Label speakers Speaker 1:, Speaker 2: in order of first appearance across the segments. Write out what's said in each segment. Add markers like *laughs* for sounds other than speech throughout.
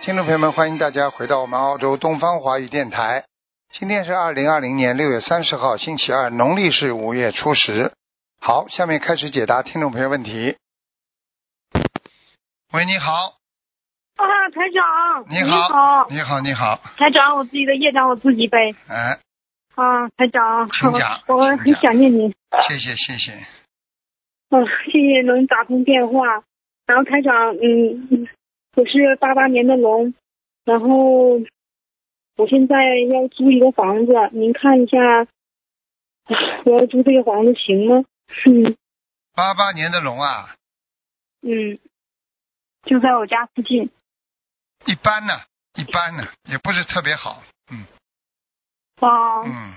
Speaker 1: 听众朋友们，欢迎大家回到我们澳洲东方华语电台。今天是二零二零年六月三十号，星期二，农历是五月初十。好，下面开始解答听众朋友问题。喂，你好，
Speaker 2: 啊，台长，
Speaker 1: 你好
Speaker 2: 好，好
Speaker 1: 你好，你好，
Speaker 2: 台长，我自己的业障我自己背。
Speaker 1: 哎，
Speaker 2: 啊，台长，
Speaker 1: 请讲
Speaker 2: 我我
Speaker 1: 请
Speaker 2: 很
Speaker 1: 讲
Speaker 2: 想念您。
Speaker 1: 谢谢，谢谢。
Speaker 2: 嗯、谢谢能打通电话。然后台长，嗯，嗯我是八八年的龙，然后我现在要租一个房子，您看一下，我要租这个房子行吗？嗯
Speaker 1: 八八年的龙啊，
Speaker 2: 嗯，就在我家附近。
Speaker 1: 一般呢，一般呢，也不是特别好，嗯
Speaker 2: 啊，
Speaker 1: 嗯，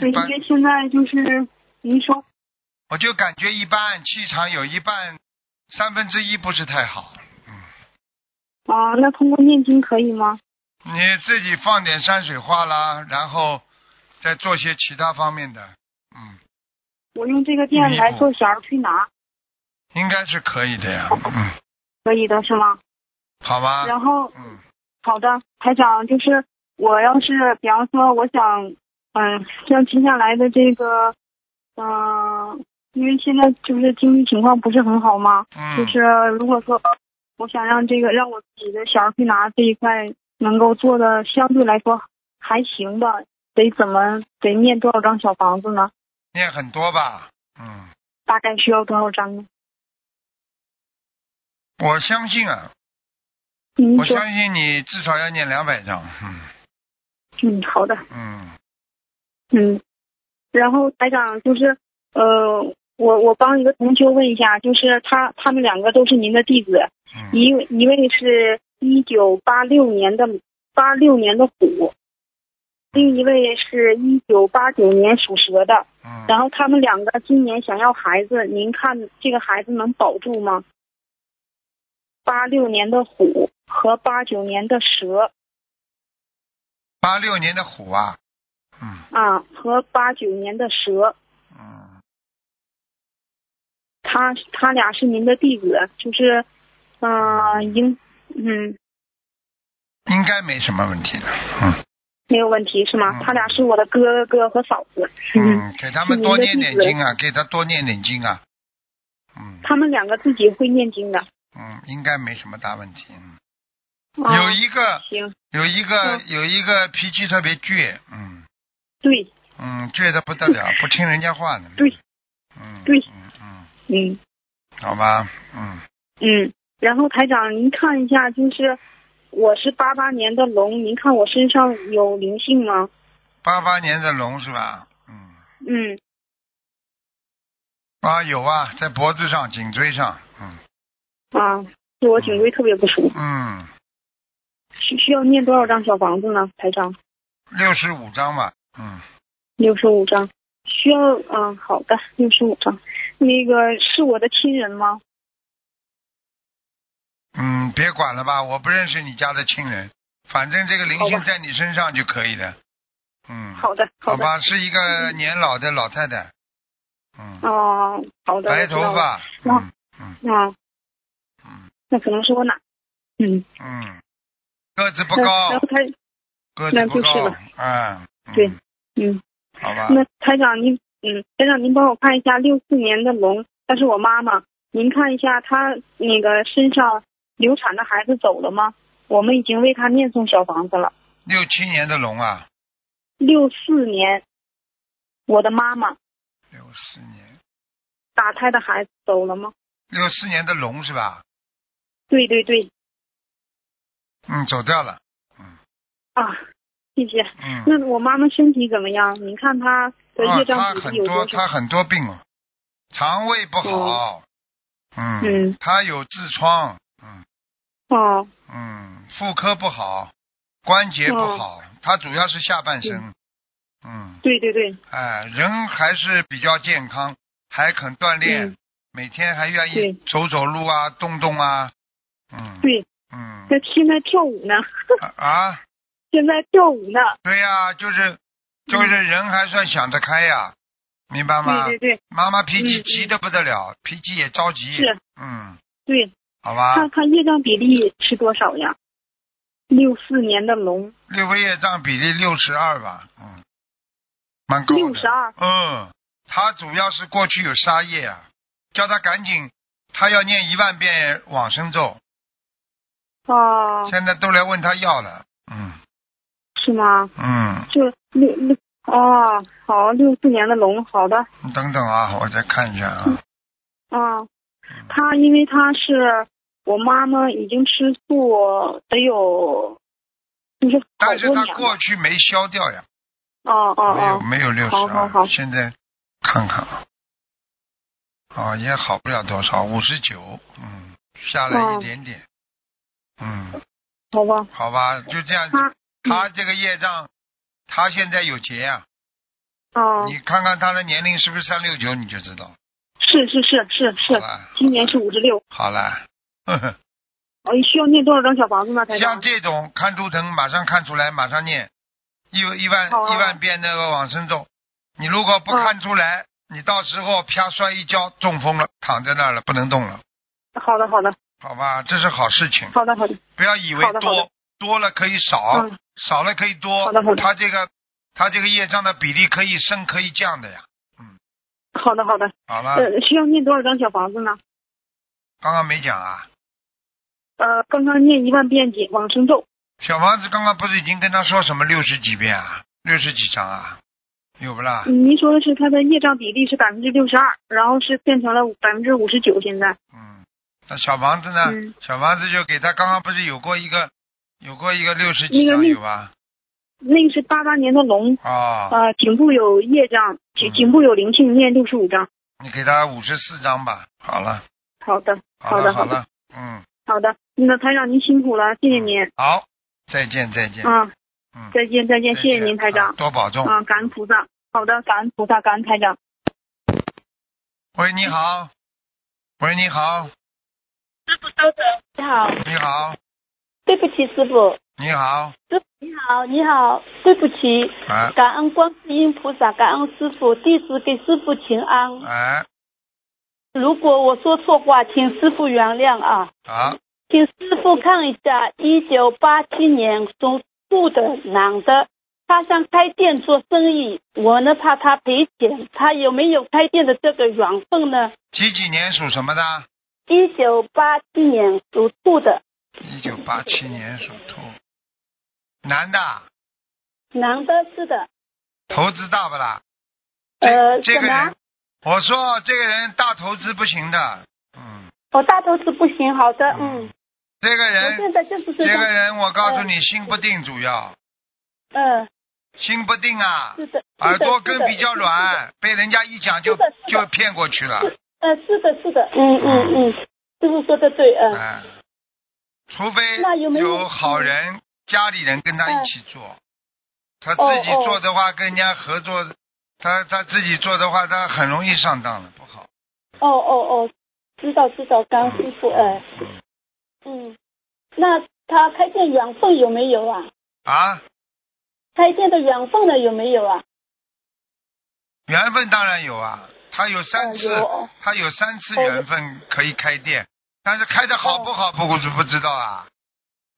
Speaker 2: 对，
Speaker 1: 一
Speaker 2: 因
Speaker 1: 般。
Speaker 2: 为现在就是您说，
Speaker 1: 我就感觉一般，气场有一半，三分之一不是太好。
Speaker 2: 啊，那通过念经可以吗？
Speaker 1: 你自己放点山水画啦，然后再做些其他方面的，嗯，
Speaker 2: 我用这个店来做小儿推拿，
Speaker 1: 应该是可以的呀，嗯，
Speaker 2: 可以的是吗？
Speaker 1: 好吧，
Speaker 2: 然后
Speaker 1: 嗯，
Speaker 2: 好的，台长，就是我要是比方说我想，嗯，像接下来的这个，嗯、因为现在就是经济情况不是很好嘛，就
Speaker 1: 嗯，
Speaker 2: 是如果说我想让这个让我自己的小儿推拿这一块能够做的相对来说还行吧，得怎么得念多少张小房子呢？
Speaker 1: 念很多吧，嗯，
Speaker 2: 大概需要多少张呢？
Speaker 1: 我相信啊，
Speaker 2: 您
Speaker 1: 我
Speaker 2: 说，
Speaker 1: 相信你至少要念两百张，嗯
Speaker 2: 嗯，好的。
Speaker 1: 嗯，
Speaker 2: 嗯，然后台长就是，呃，我我帮一个同学问一下，就是他他们两个都是您的弟子，
Speaker 1: 嗯
Speaker 2: 一位一位是一九八六年的八六年的虎，另一位是一九八九年属蛇的，
Speaker 1: 嗯，
Speaker 2: 然后他们两个今年想要孩子，您看这个孩子能保住吗？八六年的虎和八九年的蛇
Speaker 1: 八六年的虎啊，嗯
Speaker 2: 啊，和八九年的蛇，
Speaker 1: 嗯，
Speaker 2: 他他俩是您的弟子，就是，嗯、应嗯
Speaker 1: 应该没什么问题的，嗯
Speaker 2: 没有问题是吗？
Speaker 1: 嗯
Speaker 2: 他俩是我的哥哥和嫂子，嗯，
Speaker 1: 嗯，给他们多念点经啊，给他多念点经啊，嗯
Speaker 2: 他们两个自己会念经的。
Speaker 1: 嗯，应该没什么大问题，嗯
Speaker 2: 啊、
Speaker 1: 有一个。
Speaker 2: 行，
Speaker 1: 有一个
Speaker 2: 嗯
Speaker 1: 有一个脾气特别倔，嗯
Speaker 2: 对
Speaker 1: 嗯，倔的不得了，不听人家话的。
Speaker 2: 对，
Speaker 1: 嗯，
Speaker 2: 对
Speaker 1: 嗯嗯，
Speaker 2: 嗯
Speaker 1: 好吧，嗯，
Speaker 2: 嗯。然后台长，您看一下，就是我是八八年的龙，您看我身上有灵性吗？
Speaker 1: 八八年的龙是吧？嗯，
Speaker 2: 嗯，
Speaker 1: 啊有啊，在脖子上、颈椎上，嗯
Speaker 2: 啊，是我颈椎特别不舒服，
Speaker 1: 嗯，
Speaker 2: 需需要念多少张小房子呢？台长，
Speaker 1: 六十五张吧，嗯，
Speaker 2: 六十五张，需要嗯，好的，六十五张。那个是我的亲人吗？
Speaker 1: 嗯，别管了吧，我不认识你家的亲人，反正这个灵
Speaker 2: 好
Speaker 1: 性
Speaker 2: 吧
Speaker 1: 在你身上就可以了，嗯，
Speaker 2: 好的，
Speaker 1: 好
Speaker 2: 的。
Speaker 1: 吧，是一个年老的老太太，嗯，
Speaker 2: 哦、好的。
Speaker 1: 白
Speaker 2: 我知
Speaker 1: 头
Speaker 2: 道了。
Speaker 1: 发，
Speaker 2: 那
Speaker 1: 嗯嗯
Speaker 2: 啊，
Speaker 1: 嗯
Speaker 2: 那可能是我哪？嗯，
Speaker 1: 嗯，个子不
Speaker 2: 那
Speaker 1: 高
Speaker 2: 然，后台，
Speaker 1: 个子不
Speaker 2: 那就是
Speaker 1: 高
Speaker 2: 了，
Speaker 1: 嗯，嗯
Speaker 2: 对，嗯，
Speaker 1: 好吧，
Speaker 2: 那台长您，嗯，台长您帮我看一下六四年的龙，她是我妈妈，您看一下她那个身上流产的孩子走了吗？我们已经为她念诵小房子了。
Speaker 1: 六七年的龙啊，
Speaker 2: 六四年，我的妈妈
Speaker 1: 六四年，
Speaker 2: 打胎的孩子走了吗？
Speaker 1: 六四年的龙是吧？
Speaker 2: 对对对，
Speaker 1: 嗯，走掉了，
Speaker 2: 啊，谢谢。
Speaker 1: 嗯，
Speaker 2: 那我妈妈身体怎么样？您看她的
Speaker 1: 啊他
Speaker 2: 业，障比
Speaker 1: 很
Speaker 2: 例有
Speaker 1: 多，
Speaker 2: 多少？
Speaker 1: 他很多病哦，肠胃不好，嗯
Speaker 2: 嗯，
Speaker 1: 他有痔疮，嗯
Speaker 2: 哦，
Speaker 1: 嗯，妇科不好，关节
Speaker 2: 哦
Speaker 1: 不好，他主要是下半身，嗯，
Speaker 2: 对对对，
Speaker 1: 哎，人还是比较健康，还肯锻炼，
Speaker 2: 嗯
Speaker 1: 每天还愿意
Speaker 2: 对
Speaker 1: 走走路啊，动动啊，嗯，
Speaker 2: 对。
Speaker 1: 嗯
Speaker 2: 那现在跳舞呢？
Speaker 1: 啊啊，
Speaker 2: 现在跳舞呢？
Speaker 1: 对呀、就是就是人还算想得开呀、明白吗？
Speaker 2: 嗯对对对
Speaker 1: 妈妈脾气
Speaker 2: 嗯嗯
Speaker 1: 急得不得了，脾气也着急，
Speaker 2: 是
Speaker 1: 嗯，
Speaker 2: 对，
Speaker 1: 好吧
Speaker 2: 看，看业障比例是多少呀？六四年的龙，
Speaker 1: 六个业障比例六十二吧，嗯，蛮高的。
Speaker 2: 六十。二。
Speaker 1: 嗯，他主要是过去有杀业啊，叫他赶紧，他要念一万遍往生咒，
Speaker 2: 哦，
Speaker 1: 现在都来问他要了。嗯
Speaker 2: 是吗？
Speaker 1: 嗯，
Speaker 2: 就六六哦，好，六四年的龙，好的，
Speaker 1: 你等等啊，我再看一下
Speaker 2: 嗯
Speaker 1: 啊。嗯
Speaker 2: 啊，他因为他是我妈妈已经吃素得有，就是好
Speaker 1: 但是
Speaker 2: 多
Speaker 1: 他
Speaker 2: 年了
Speaker 1: 过去没消掉呀，
Speaker 2: 哦哦
Speaker 1: 没有
Speaker 2: 哦，
Speaker 1: 没有六十
Speaker 2: 好好好
Speaker 1: 二，现在看看啊，啊也好不了多少，五十九，嗯，下来
Speaker 2: 哦
Speaker 1: 一点点，嗯，
Speaker 2: 好吧，
Speaker 1: 好吧，就这样。
Speaker 2: 他
Speaker 1: 他这个业障，他现在有结啊，
Speaker 2: 哦，
Speaker 1: 你看看他的年龄是不是三六九，你就知道了。
Speaker 2: 是是是是
Speaker 1: 好
Speaker 2: 是，
Speaker 1: 了，
Speaker 2: 今年是五十六，
Speaker 1: 好了，呵呵
Speaker 2: 呃，需要念多少张小房子呢？台
Speaker 1: 像
Speaker 2: 长？
Speaker 1: 这种看图腾，马上看出来，马上念一一万
Speaker 2: 好啊嗯
Speaker 1: 一万遍那个往生咒。你如果不看出来，你到时候啪摔一跤中风了，躺在那儿了，不能动了，
Speaker 2: 好的好的
Speaker 1: 好吧？这是好事情，
Speaker 2: 好的好的，
Speaker 1: 不要以为
Speaker 2: 好的好
Speaker 1: 多
Speaker 2: 的
Speaker 1: 多了可以少，
Speaker 2: 嗯，
Speaker 1: 少了可以多
Speaker 2: 好的好，的
Speaker 1: 他这个他这个业障的比例可以升可以降的呀。
Speaker 2: 好的好的，
Speaker 1: 好了，
Speaker 2: 呃，需要念多少张小房子呢？
Speaker 1: 刚刚没讲啊，
Speaker 2: 呃，刚刚念一万遍解往生咒，
Speaker 1: 小房子刚刚不是已经跟他说什么六十几遍啊，六十几张啊，有不啦？
Speaker 2: 嗯您说的是他的业障比例是百分之六十二，然后是变成了百分之五十九，现在，
Speaker 1: 嗯，那小房子呢？
Speaker 2: 嗯
Speaker 1: 小房子就给他刚刚不是有过一个，有过一个六十几
Speaker 2: 那个
Speaker 1: 张
Speaker 2: 那
Speaker 1: 有吧？
Speaker 2: 那个是八八年的龙，
Speaker 1: 哦，
Speaker 2: 呃，颈部有业障，颈
Speaker 1: 嗯
Speaker 2: 颈部有灵性，念六十五章。
Speaker 1: 你给他五十四张吧。好了，
Speaker 2: 好的，
Speaker 1: 好
Speaker 2: 好
Speaker 1: 了，
Speaker 2: 的
Speaker 1: 好
Speaker 2: 好的
Speaker 1: 了，嗯，
Speaker 2: 好的，那台长您辛苦了，谢谢您。
Speaker 1: 好，再见，再见，
Speaker 2: 啊，
Speaker 1: 嗯，
Speaker 2: 再见再见，
Speaker 1: 再
Speaker 2: 谢谢您，台
Speaker 1: 啊
Speaker 2: 长。
Speaker 1: 多保重。
Speaker 2: 啊，感恩菩萨。好的，感恩菩萨，感恩台长。
Speaker 1: 喂，你好，喂，你好，
Speaker 3: 师傅稍等。你好，
Speaker 1: 你好，
Speaker 3: 对不起，师傅。
Speaker 1: 你好，
Speaker 3: 师傅你好，你好，啊对不起，
Speaker 1: 哎，
Speaker 3: 感恩观世音菩萨，感恩师傅，弟子给师傅请
Speaker 2: 嗯
Speaker 3: 安。
Speaker 1: 哎，
Speaker 3: 如果我说错话，请师傅原谅啊，
Speaker 1: 好，
Speaker 3: 请师傅看一下，一九八七年属兔的男的，他想开店做生意，我呢怕他赔钱，他有没有开店的这个缘分呢？
Speaker 1: 几几年属什么的？
Speaker 3: 一九八七年属兔的
Speaker 1: 一九八七年属兔，男的，
Speaker 3: 男的，是的，
Speaker 1: 投资大不啦？这、
Speaker 3: 呃，
Speaker 1: 哎这个
Speaker 3: 什么
Speaker 1: 人，我说这个人大投资不行的，嗯，
Speaker 3: 我哦大头是不行，好的，嗯，
Speaker 1: 这个
Speaker 3: 我
Speaker 1: 人，
Speaker 3: 现在就是
Speaker 1: 这
Speaker 3: 这
Speaker 1: 个
Speaker 3: 样，
Speaker 1: 人，我告诉你，心不定，主要
Speaker 3: 嗯，
Speaker 1: 心不定啊，
Speaker 3: 是的，是的
Speaker 1: 耳朵根比较，
Speaker 3: 是的
Speaker 1: 软，被人家一讲就是
Speaker 3: 的是
Speaker 1: 就
Speaker 3: 的
Speaker 1: 骗过去了，
Speaker 3: 呃，是的，是的，嗯嗯嗯，师傅说的对，嗯、
Speaker 1: 啊哎，除非
Speaker 3: 那有没有
Speaker 1: 好人家里人跟他一起做，他自己
Speaker 3: 哦哦
Speaker 1: 做的话跟人家合作，他他自己做的话，他很容易上当的，不好。
Speaker 3: 哦哦哦，知道知道，刚师傅，哎、
Speaker 1: 嗯
Speaker 3: 嗯，那他开店缘分有没有啊？
Speaker 1: 啊，
Speaker 3: 开店的缘分呢有没有啊？
Speaker 1: 缘分当然有啊，他有三
Speaker 3: 嗯，
Speaker 1: 次，
Speaker 3: 有哦，
Speaker 1: 他有三次缘分可以开店，但是开的好不好，不知不知道啊。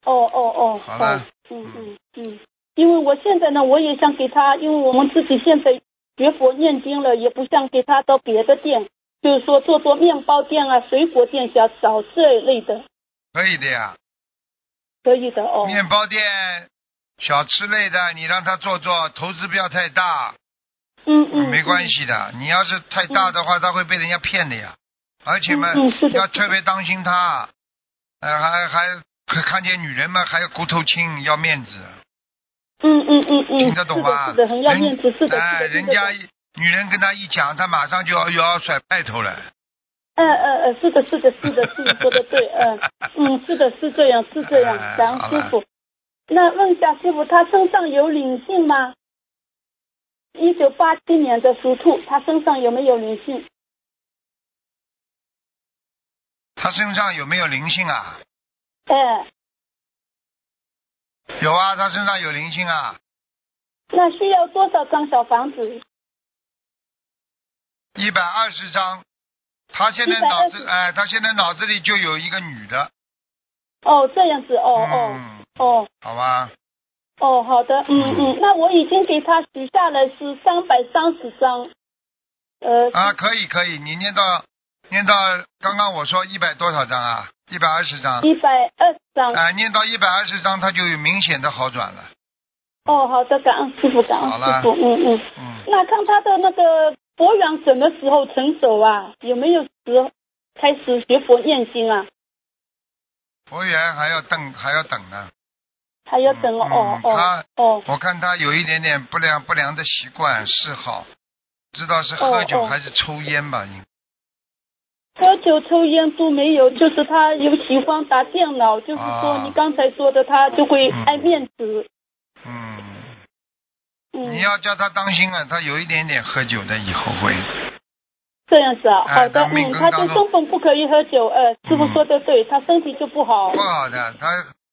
Speaker 3: 哦哦哦，
Speaker 1: 好了
Speaker 3: 哦嗯嗯嗯，因为我现在呢，我也想给他，因为我们自己现在学佛念经了，也不想给他到别的店，就是说做做面包店啊、水果店、小小这类的，
Speaker 1: 可以的呀，
Speaker 3: 可以的哦。
Speaker 1: 面包店、小吃类的，你让他做做，投资不要太大，
Speaker 3: 嗯嗯，
Speaker 1: 啊没关系的。你要是太大的话，他会被人家骗的呀。而且嘛，
Speaker 3: 嗯嗯是的
Speaker 1: 要特别当心他，呃，还还还看见女人嘛，还要骨头轻，要面子。
Speaker 3: 嗯。嗯嗯嗯嗯，
Speaker 1: 听得懂吗？
Speaker 3: 是的，是的，很要面子，是的，是的。
Speaker 1: 哎，
Speaker 3: 是的
Speaker 1: 人家一女人跟他一讲，他马上就要又要甩派头了。
Speaker 3: 嗯嗯嗯，是的，是的，是
Speaker 1: *laughs*
Speaker 3: 的，师傅说的对，嗯嗯，是的，是这样，是这样
Speaker 1: 哎，
Speaker 3: 感恩
Speaker 1: 好了
Speaker 3: 师傅。那问一下师傅，他身上有灵性吗？一九八七年的属兔，他身上有没有灵性？
Speaker 1: 他身上有没有灵性啊？
Speaker 3: 哎，
Speaker 1: 有啊，他身上有灵性啊，
Speaker 3: 那需要多少张小房子？
Speaker 1: 一百二十张。他现在脑子哎，他现在脑子里就有一个女的。
Speaker 3: 哦，这样子，哦哦
Speaker 1: 嗯，
Speaker 3: 哦，
Speaker 1: 好
Speaker 3: 好的，嗯嗯，那我已经给他许下了是三百三十张，呃，
Speaker 1: 啊，可以可以，你念到念到刚刚我说一百多少张啊？一百二十张。
Speaker 3: 一百二十张。
Speaker 1: 啊，念到一百二十张，它就有明显的好转了。
Speaker 3: 哦，好的，感恩师傅，感恩
Speaker 1: 好了
Speaker 3: 师傅，嗯嗯。
Speaker 1: 嗯，
Speaker 3: 那看他的那个佛缘什么时候成熟啊？有没有时开始学佛念经啊？
Speaker 1: 佛缘还要等，还要等呢。
Speaker 3: 还要等哦、
Speaker 1: 嗯他
Speaker 3: 哦哦
Speaker 1: 我看他有一点点不良不良的习惯嗜好，不知道是喝
Speaker 3: 哦
Speaker 1: 酒
Speaker 3: 哦
Speaker 1: 还是抽烟吧？应
Speaker 3: 喝酒抽烟都没有，就是他有喜欢打电脑，就是说
Speaker 1: 啊
Speaker 3: 你刚才说的，他就会
Speaker 1: 嗯
Speaker 3: 爱面子。
Speaker 1: 嗯。
Speaker 3: 嗯，
Speaker 1: 你要叫他当心啊，他有一点点喝酒的，以后会。
Speaker 3: 这样子啊？
Speaker 1: 哎
Speaker 3: 好的，
Speaker 1: 当兵
Speaker 3: 嗯，
Speaker 1: 跟
Speaker 3: 他
Speaker 1: 当
Speaker 3: 就
Speaker 1: 中
Speaker 3: 根本不可以喝酒，呃，师傅
Speaker 1: 嗯
Speaker 3: 说的对，他身体就不好。
Speaker 1: 不好的，他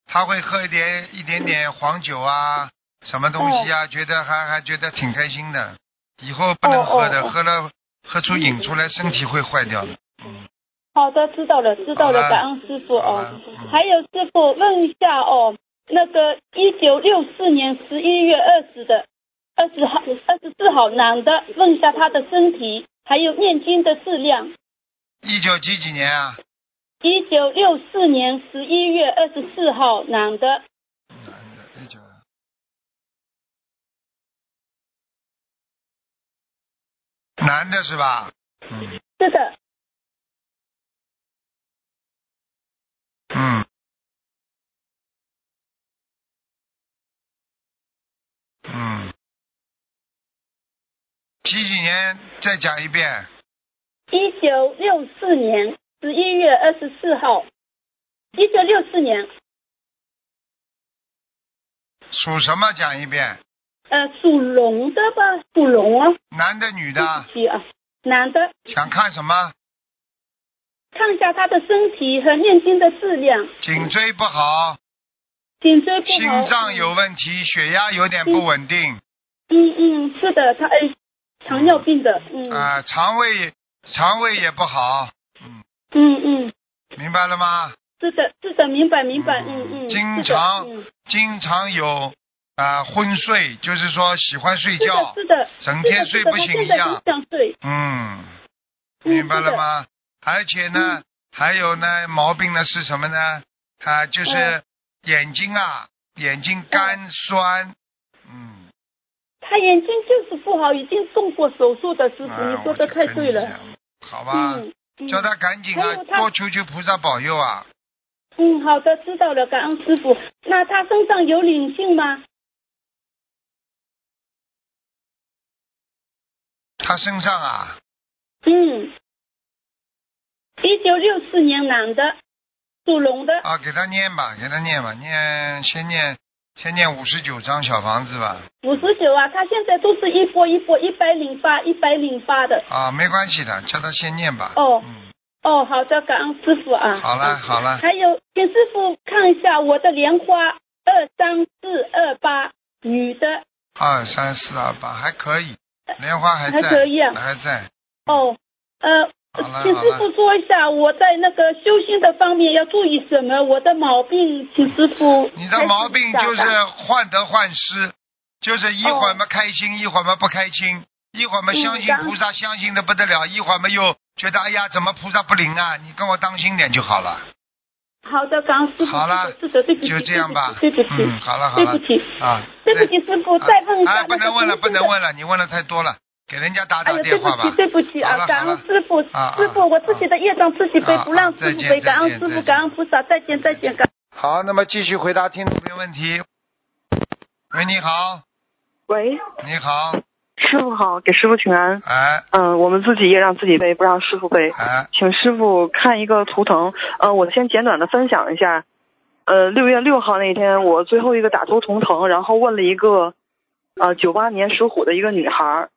Speaker 1: 他会喝一点一点点黄酒啊，什么东西啊，觉得还还觉得挺开心的。以后不能喝的，
Speaker 3: 哦哦哦哦
Speaker 1: 喝了喝出瘾出来，身体会坏掉的。
Speaker 3: 好的，知道了，知道
Speaker 1: 好了
Speaker 3: 了，感恩师傅
Speaker 1: 好
Speaker 3: 哦
Speaker 1: 了嗯。
Speaker 3: 还有师傅问一下哦，那个一九六四年十一月二十的二十号二十四号男的，问一下他的身体，还有念经的质量。
Speaker 1: 一九几几年啊？
Speaker 3: 一九六四年十一月二十四号男的，
Speaker 1: 男的，一九。男的是吧？嗯
Speaker 3: 是的，
Speaker 1: 嗯嗯。几几年？再讲一遍。
Speaker 3: 一九六四年十一月二十四号，一九六四年，
Speaker 1: 属什么？讲一遍。
Speaker 3: 呃，属龙的吧，属龙哦，
Speaker 1: 男的，女
Speaker 3: 对
Speaker 1: 的，
Speaker 3: 不起啊，男的，
Speaker 1: 想看什么？
Speaker 3: 看一下他的身体和念经的质量，
Speaker 1: 颈椎不好，
Speaker 3: 颈椎不
Speaker 1: 心
Speaker 3: 好，
Speaker 1: 脏有问题，血压有点不稳定，
Speaker 3: 嗯嗯，是的，他呃糖尿病的，嗯、
Speaker 1: 啊、肠胃肠胃也不好，嗯，
Speaker 3: 嗯嗯，
Speaker 1: 明白了吗？
Speaker 3: 是的，是的，明白明白，嗯嗯，
Speaker 1: 经
Speaker 3: 是的
Speaker 1: 常
Speaker 3: 嗯
Speaker 1: 经常有啊、昏睡，就是说喜欢睡
Speaker 3: 是的
Speaker 1: 觉，
Speaker 3: 是的，
Speaker 1: 整天睡不醒
Speaker 3: 是的是
Speaker 1: 一
Speaker 3: 的他现在很
Speaker 1: 样，
Speaker 3: 想睡，
Speaker 1: 嗯，
Speaker 3: 嗯
Speaker 1: 明白了？
Speaker 3: 是的嗯
Speaker 1: 吗？而且呢，还有呢，毛病呢是什么呢？啊，就是
Speaker 3: 嗯
Speaker 1: 眼睛啊，眼睛干酸，嗯。
Speaker 3: 他眼睛就是不好，已经动过手术的师傅，
Speaker 1: 啊
Speaker 3: 嗯你说的太
Speaker 1: 我
Speaker 3: 对。
Speaker 1: 就跟
Speaker 3: 了。
Speaker 1: 你讲好吧，
Speaker 3: 嗯，嗯
Speaker 1: 叫他赶紧
Speaker 3: 还
Speaker 1: 啊
Speaker 3: 有，他
Speaker 1: 多求求菩萨保佑啊！
Speaker 3: 嗯，好的，知道了，感恩师傅。那他身上有灵性吗？
Speaker 1: 他身上啊，
Speaker 3: 嗯，一九六四年男的，属龙的。
Speaker 1: 啊，给他念吧，给他念吧，念先念先念五十九张小房子吧，
Speaker 3: 五十九啊，他现在都是一波一波，一百零八，一百零八的。
Speaker 1: 啊，没关系的，叫他先念吧。
Speaker 3: 哦
Speaker 1: 嗯，
Speaker 3: 哦，好的，感恩师傅啊。
Speaker 1: 好了好了，
Speaker 3: 还有，请师傅看一下我的莲花二三四二八，女的。
Speaker 1: 二三四二八还可以，莲花还在，
Speaker 3: 还可以啊
Speaker 1: 还在。
Speaker 3: 哦，呃，
Speaker 1: 好了
Speaker 3: 请
Speaker 1: 好
Speaker 3: 师傅
Speaker 1: 了，
Speaker 3: 说一下，我在那个修心的方面要注意什么？我的毛病，请师傅开始讲吧。
Speaker 1: 你的毛病就是患得患失，就是一会儿嘛开心，一会儿嘛不开心，一会儿嘛相信
Speaker 3: 嗯
Speaker 1: 菩萨相信的不得了，一会儿嘛又觉得哎呀怎么菩萨不灵啊？你跟我当心点就好了，
Speaker 3: 好的，感恩师傅。
Speaker 1: 好了
Speaker 3: 是的，对不起，
Speaker 1: 就这样吧。
Speaker 3: 对不起，
Speaker 1: 嗯，好了好
Speaker 3: 对不
Speaker 1: 了
Speaker 3: 起，对不起，
Speaker 1: 啊，
Speaker 3: 对不起，师傅，再问一
Speaker 1: 哎
Speaker 3: 下
Speaker 1: 不
Speaker 3: 那个
Speaker 1: 能问了，
Speaker 3: 同
Speaker 1: 不
Speaker 3: 修的
Speaker 1: 能问了，你问了太多了，给人家打
Speaker 3: 哎
Speaker 1: 打
Speaker 3: 呀，对
Speaker 1: 电
Speaker 3: 不
Speaker 1: 话吧
Speaker 3: 起，。对不起
Speaker 1: 好了
Speaker 3: 啊！感
Speaker 1: 好
Speaker 3: 恩
Speaker 1: 了
Speaker 3: 师傅，
Speaker 1: 啊
Speaker 3: 师
Speaker 1: 啊
Speaker 3: 傅，我自己的业障自己背
Speaker 1: 啊，
Speaker 3: 不
Speaker 1: 啊
Speaker 3: 让师
Speaker 1: 再
Speaker 3: 傅
Speaker 1: 见
Speaker 3: 背。感恩
Speaker 1: 再见再
Speaker 3: 师傅，
Speaker 1: 见
Speaker 3: 感恩菩萨，再见，再见，感。
Speaker 1: 好，那么继续回答听众朋友问题。喂，你好，
Speaker 4: 喂，
Speaker 1: 你好，
Speaker 4: 师傅好，给师傅请安。
Speaker 1: 哎
Speaker 4: 嗯、我们自己也让自己背，不让师傅背。
Speaker 1: 哎，
Speaker 4: 请师傅看一个图腾。呃，我先简短的分享一下。呃，六月六号那天，我最后一个打通同腾，然后问了一个，呃，九八年属虎的一个女孩儿，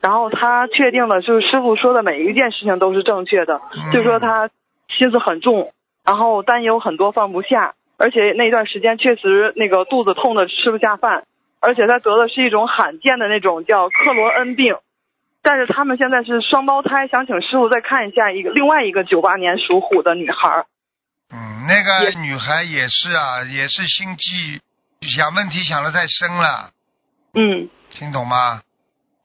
Speaker 4: 然后她确定了，就是师傅说的每一件事情都是正确的，
Speaker 1: 嗯
Speaker 4: 就说她心思很重，然后担忧很多放不下，而且那段时间确实那个肚子痛的吃不下饭，而且她得的是一种罕见的那种叫克罗恩病，但是他们现在是双胞胎，想请师傅再看一下一个另外一个九八年属虎的女孩儿。
Speaker 1: 嗯，那个女孩也是啊，也是心悸想问题想的太深了，
Speaker 4: 嗯，
Speaker 1: 听懂吗？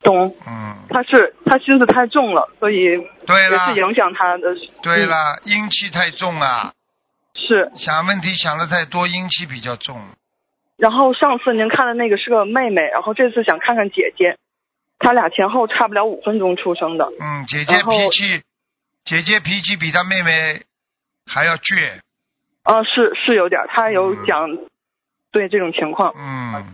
Speaker 4: 懂。
Speaker 1: 嗯，
Speaker 4: 他是他心思太重了，所以也
Speaker 1: 对
Speaker 4: 是
Speaker 1: 了，
Speaker 4: 影响他的。
Speaker 1: 对
Speaker 4: 嗯，
Speaker 1: 了，阴气太重啊，
Speaker 4: 是。
Speaker 1: 想问题想的太多，阴气比较重。
Speaker 4: 然后上次您看的那个是个妹妹，然后这次想看看姐姐，他俩前后差不了五分钟出生的。
Speaker 1: 嗯，姐姐
Speaker 4: 然后
Speaker 1: 脾气，姐姐脾气比她妹妹还要倔。
Speaker 4: 啊，是是有点儿，他有
Speaker 1: 嗯
Speaker 4: 讲对这种情况，
Speaker 1: 嗯，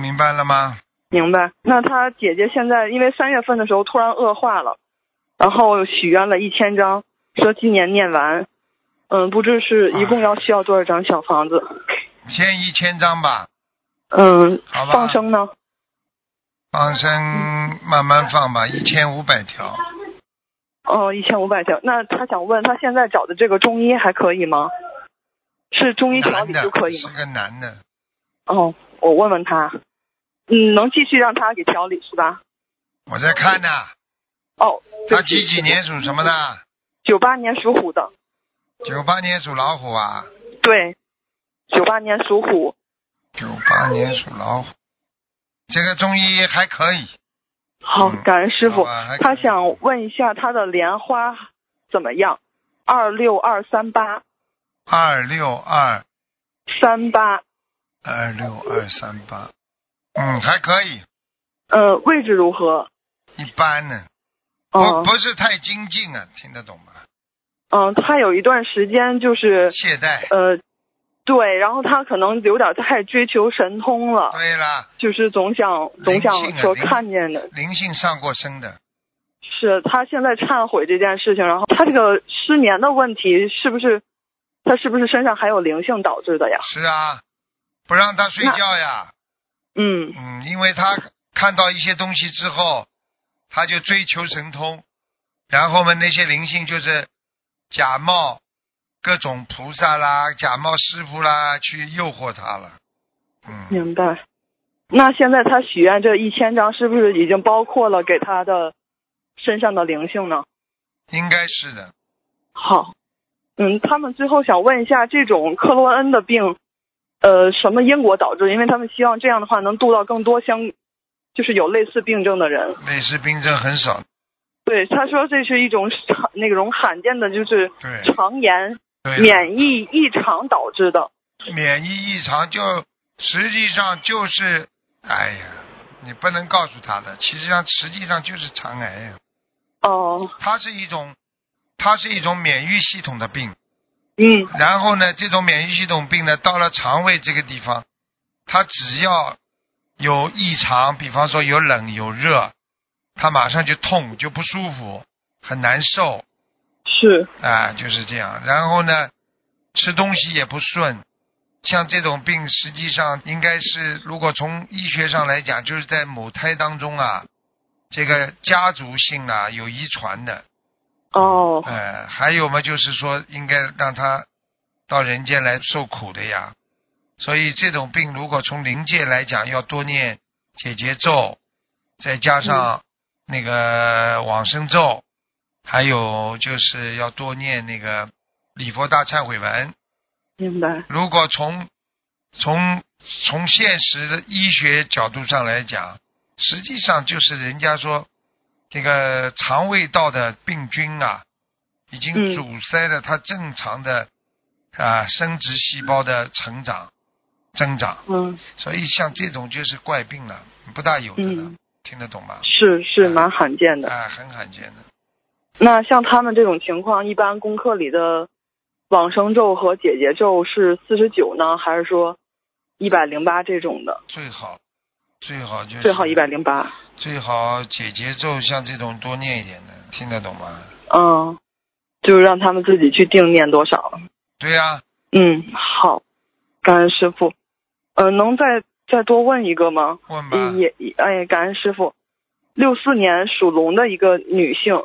Speaker 1: 明白了吗？
Speaker 4: 明白。那他姐姐现在因为三月份的时候突然恶化了，然后许愿了一千张，说今年念完。嗯，不知是一共要需要多少张小房子？
Speaker 1: 先一千张吧，
Speaker 4: 嗯，
Speaker 1: 好吧。
Speaker 4: 放生呢？
Speaker 1: 放生慢慢放吧，
Speaker 4: 嗯
Speaker 1: 一千五百条。
Speaker 4: 哦，一千五百条。那他想问，他现在找的这个中医还可以吗？是中医调
Speaker 1: 男
Speaker 4: 理
Speaker 1: 的
Speaker 4: 就可以
Speaker 1: 是
Speaker 4: 吗？
Speaker 1: 个男的，
Speaker 4: 哦，我问问他，嗯，能继续让他给调理是吧？
Speaker 1: 我在看呢、
Speaker 4: 哦，
Speaker 1: 他几几年属什么的？
Speaker 4: 九八年属虎的，
Speaker 1: 九八年属老虎啊，
Speaker 4: 对，九八年属虎，
Speaker 1: 九八年属老虎。这个中医还可以，
Speaker 4: 好，
Speaker 1: 嗯
Speaker 4: 感恩师
Speaker 1: 好
Speaker 4: 傅
Speaker 1: 吧还。可
Speaker 4: 他
Speaker 1: 以
Speaker 4: 想问一下他的莲花怎么样？二六二三八
Speaker 1: 二六二
Speaker 4: 三八，
Speaker 1: 二六二三八，嗯，还可以，
Speaker 4: 呃，位置如何？
Speaker 1: 一般呢，不
Speaker 4: 嗯
Speaker 1: 不是太精进啊，听得懂吗？
Speaker 4: 嗯，他有一段时间就是
Speaker 1: 懈怠。
Speaker 4: 呃，对，然后他可能有点太追求神通了，
Speaker 1: 对啦，
Speaker 4: 就是总想总想
Speaker 1: 哎灵性啊
Speaker 4: 说
Speaker 1: 灵性
Speaker 4: 看见的。
Speaker 1: 灵性上过身的，
Speaker 4: 是他现在忏悔这件事情，然后他这个失眠的问题是不是他是不是身上还有灵性导致的呀？
Speaker 1: 是啊，不让他睡觉呀，
Speaker 4: 嗯，
Speaker 1: 嗯，因为他看到一些东西之后，他就追求神通，然后嘛，那些灵性就是假冒各种菩萨啦、假冒师傅啦，去诱惑他了，嗯，
Speaker 4: 明白。那现在他许愿这一千张是不是已经包括了给他的身上的灵性呢？
Speaker 1: 应该是的，
Speaker 4: 好，嗯，他们最后想问一下，这种克罗恩的病，呃，什么因果导致？因为他们希望这样的话能度到更多相，就是有类似病症的人。
Speaker 1: 类似病症很少，
Speaker 4: 对，他说这是一种常那种罕见的，就是
Speaker 1: 对
Speaker 4: 肠炎、
Speaker 1: 对，
Speaker 4: 免疫异常导致的。
Speaker 1: 免疫异常就实际上就是，哎呀，你不能告诉他的，其实上实际上就是肠癌呀、
Speaker 4: 哦、
Speaker 1: 它是一种，它是一种免疫系统的病。
Speaker 4: 嗯，
Speaker 1: 然后呢，这种免疫系统病呢，到了肠胃这个地方，它只要有异常，比方说有冷有热，它马上就痛，就不舒服，很难受
Speaker 4: 是，
Speaker 1: 啊，就是这样。然后呢，吃东西也不顺，像这种病，实际上应该是，如果从医学上来讲，就是在母胎当中啊，这个家族性啊有遗传的。
Speaker 4: 哦、
Speaker 1: 呃，还有嘛，就是说应该让他到人间来受苦的呀。所以这种病，如果从灵界来讲，要多念解结咒，再加上那个往生咒，还有就是要多念那个礼佛大忏悔文。
Speaker 4: 明白。
Speaker 1: 如果从从从现实的医学角度上来讲，实际上就是人家说这个肠胃道的病菌啊，已经
Speaker 4: 嗯
Speaker 1: 阻塞了它正常的啊生殖细胞的成长增长，
Speaker 4: 嗯
Speaker 1: 所以像这种就是怪病了，不大有的了，
Speaker 4: 嗯，
Speaker 1: 听得懂吗？
Speaker 4: 是是蛮罕见的。
Speaker 1: 啊，很罕见的。
Speaker 4: 那像他们这种情况，一般功课里的往生咒和解结咒是四十九呢，还是说一百零八这种的？
Speaker 1: 最好最好就是
Speaker 4: 最好一百零八。
Speaker 1: 最好解节奏，像这种多念一点的，听得懂吗？
Speaker 4: 嗯，就是让他们自己去定念多少。
Speaker 1: 对啊呀、
Speaker 4: 嗯，好，感恩师傅。呃，能再再多问一个吗？
Speaker 1: 问吧。
Speaker 4: 也也哎，感恩师傅。六四年属龙的一个女性，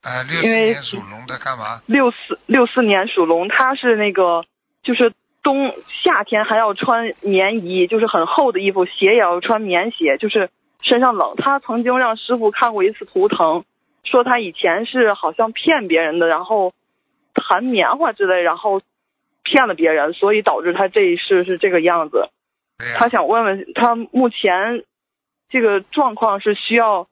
Speaker 1: 哎，六四
Speaker 4: 因为
Speaker 1: 年属龙的干嘛？
Speaker 4: 六四六四年属龙，她是那个就是冬夏天还要穿棉衣，就是很厚的衣服，鞋也要穿棉鞋，就是身上冷。她曾经让师傅看过一次图腾，说她以前是好像骗别人的，然后含棉花之类，然后骗了别人，所以导致她这一世是这个样子。
Speaker 1: 对呀、
Speaker 4: 他想问问他目前这个状况是需要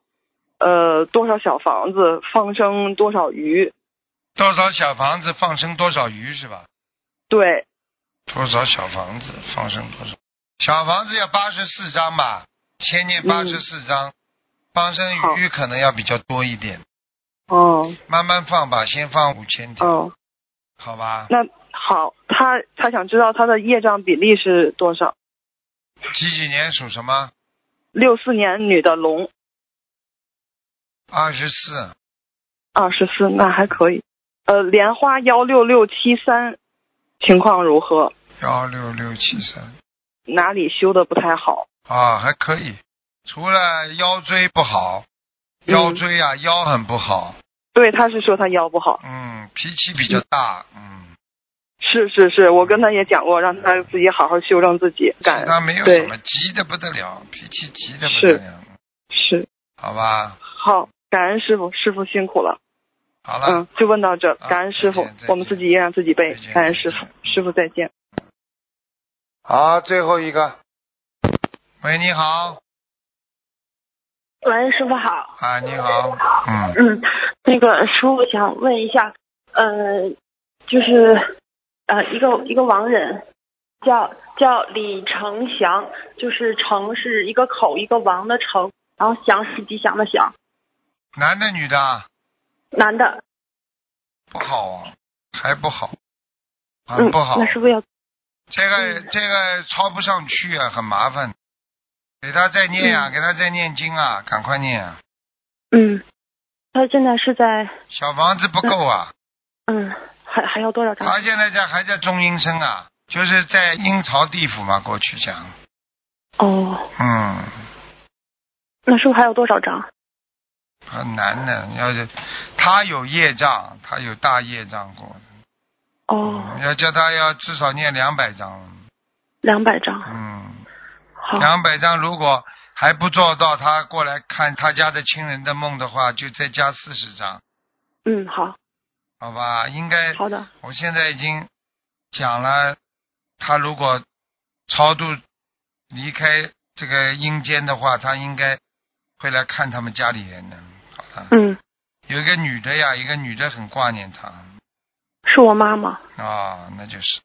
Speaker 4: 呃多少小房子放生多少鱼？
Speaker 1: 多少小房子放生多少鱼是吧？
Speaker 4: 对，
Speaker 1: 多少小房子放生多少？小房子要八十四张吧，先念八十四
Speaker 4: 嗯
Speaker 1: 张，放生鱼可能要比较多一点，
Speaker 4: 哦
Speaker 1: 慢慢放吧，先放五千条，
Speaker 4: 哦，
Speaker 1: 好吧？
Speaker 4: 那好，他他想知道他的业障比例是多少？
Speaker 1: 几几年属什么？
Speaker 4: 六四年女的龙，
Speaker 1: 二十四，
Speaker 4: 二十四，那还可以。呃，莲花幺六六七三情况如何？
Speaker 1: 幺六六七三，
Speaker 4: 哪里修的不太好？
Speaker 1: 啊，还可以，除了腰椎不好，
Speaker 4: 嗯
Speaker 1: 腰椎啊、腰很不好，
Speaker 4: 对，他是说他腰不好。
Speaker 1: 嗯，脾气比较大，嗯，
Speaker 4: 是是是，我跟他也讲过，让他自己好好修正自己。感
Speaker 1: 其他没有
Speaker 4: 对
Speaker 1: 什么，急得不得了，脾气急得不得了，
Speaker 4: 是
Speaker 1: 好吧？
Speaker 4: 好，感恩师傅，师傅辛苦了。
Speaker 1: 好了，
Speaker 4: 嗯，就问到这，感恩师
Speaker 1: 啊
Speaker 4: 傅
Speaker 1: 再见再，见
Speaker 4: 我们自己也让自己背
Speaker 1: 再见，
Speaker 4: 感恩师傅
Speaker 1: 再，见
Speaker 4: 师傅再见。
Speaker 1: 好，最后一个。喂，你好，
Speaker 2: 喂，师傅好。
Speaker 1: 啊，你好，嗯，
Speaker 2: 嗯，那个师傅想问一下，呃，就是呃一个一个亡人，叫叫李成祥，就是成是一个口一个王的成，然后祥是吉祥的祥，
Speaker 1: 男的女的啊
Speaker 2: 男的。
Speaker 1: 不好啊，还不好，啊很
Speaker 2: 嗯，
Speaker 1: 不好，
Speaker 2: 那师傅要
Speaker 1: 这个
Speaker 4: 嗯
Speaker 1: 这个抄不上去啊，很麻烦。给他再念
Speaker 4: 嗯
Speaker 1: 啊，给他再念经啊，赶快念啊！
Speaker 2: 嗯，他现在是在
Speaker 1: 小房子不够啊，
Speaker 2: 嗯还还要多
Speaker 4: 嗯
Speaker 2: 少张？
Speaker 1: 他现在在还在中阴身啊，就是在阴曹地府嘛，过去讲，
Speaker 2: 哦，
Speaker 1: 嗯，
Speaker 2: 那师傅还有多少张？
Speaker 1: 很难的。你要是他有业障，他有大业障过，
Speaker 2: 哦，
Speaker 1: 要叫他要至少念两百章，
Speaker 2: 两百张。
Speaker 1: 嗯。
Speaker 2: 好，
Speaker 1: 两百张如果还不做到，他过来看他家的亲人的梦的话，就再加四十张，
Speaker 2: 嗯，好，
Speaker 1: 好吧？应该，
Speaker 2: 好的，
Speaker 1: 我现在已经讲了，他如果超度离开这个阴间的话，他应该会来看他们家里人的。好了，
Speaker 2: 嗯，
Speaker 1: 有一个女的呀，一个女的很挂念他
Speaker 2: 是我妈妈。
Speaker 1: 啊、那就是，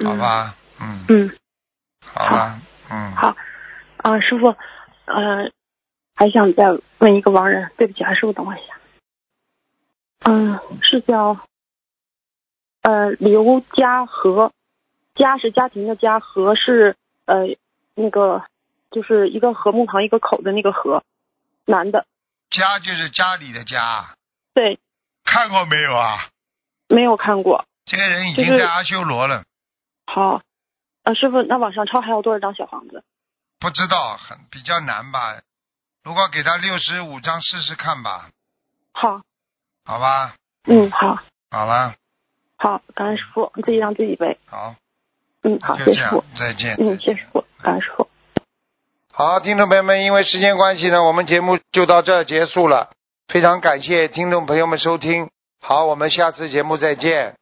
Speaker 2: 嗯
Speaker 1: 好？吧？嗯，
Speaker 2: 嗯。
Speaker 1: 好吧，嗯，
Speaker 2: 好，啊、师傅，呃，还想再问一个亡人，对不起啊，师傅，等我一下。嗯、是叫呃刘家和，家是家庭的家，和是呃那个就是一个禾木旁一个口的那个和，男的，
Speaker 1: 家就是家里的家，
Speaker 2: 对，
Speaker 1: 看过没有啊？
Speaker 2: 没有看过。
Speaker 1: 这个人已经在阿修罗了，
Speaker 2: 好，呃，师傅，那往上抄还有多少张小房子？
Speaker 1: 不知道很比较难吧？如果给他六十五张试试看吧，
Speaker 2: 好，
Speaker 1: 好吧？
Speaker 2: 嗯，好，
Speaker 1: 好了，
Speaker 2: 好，感恩师傅，自己让自己背。
Speaker 1: 好，
Speaker 2: 嗯，好，
Speaker 1: 那
Speaker 2: 谢
Speaker 1: 就这
Speaker 2: 谢师
Speaker 1: 样
Speaker 2: 傅，，
Speaker 1: 再见。
Speaker 2: 嗯，谢谢师傅，感恩师傅。
Speaker 1: 好，听众朋友们，因为时间关系呢，我们节目就到这儿结束了。非常感谢听众朋友们收听，好，我们下次节目再见。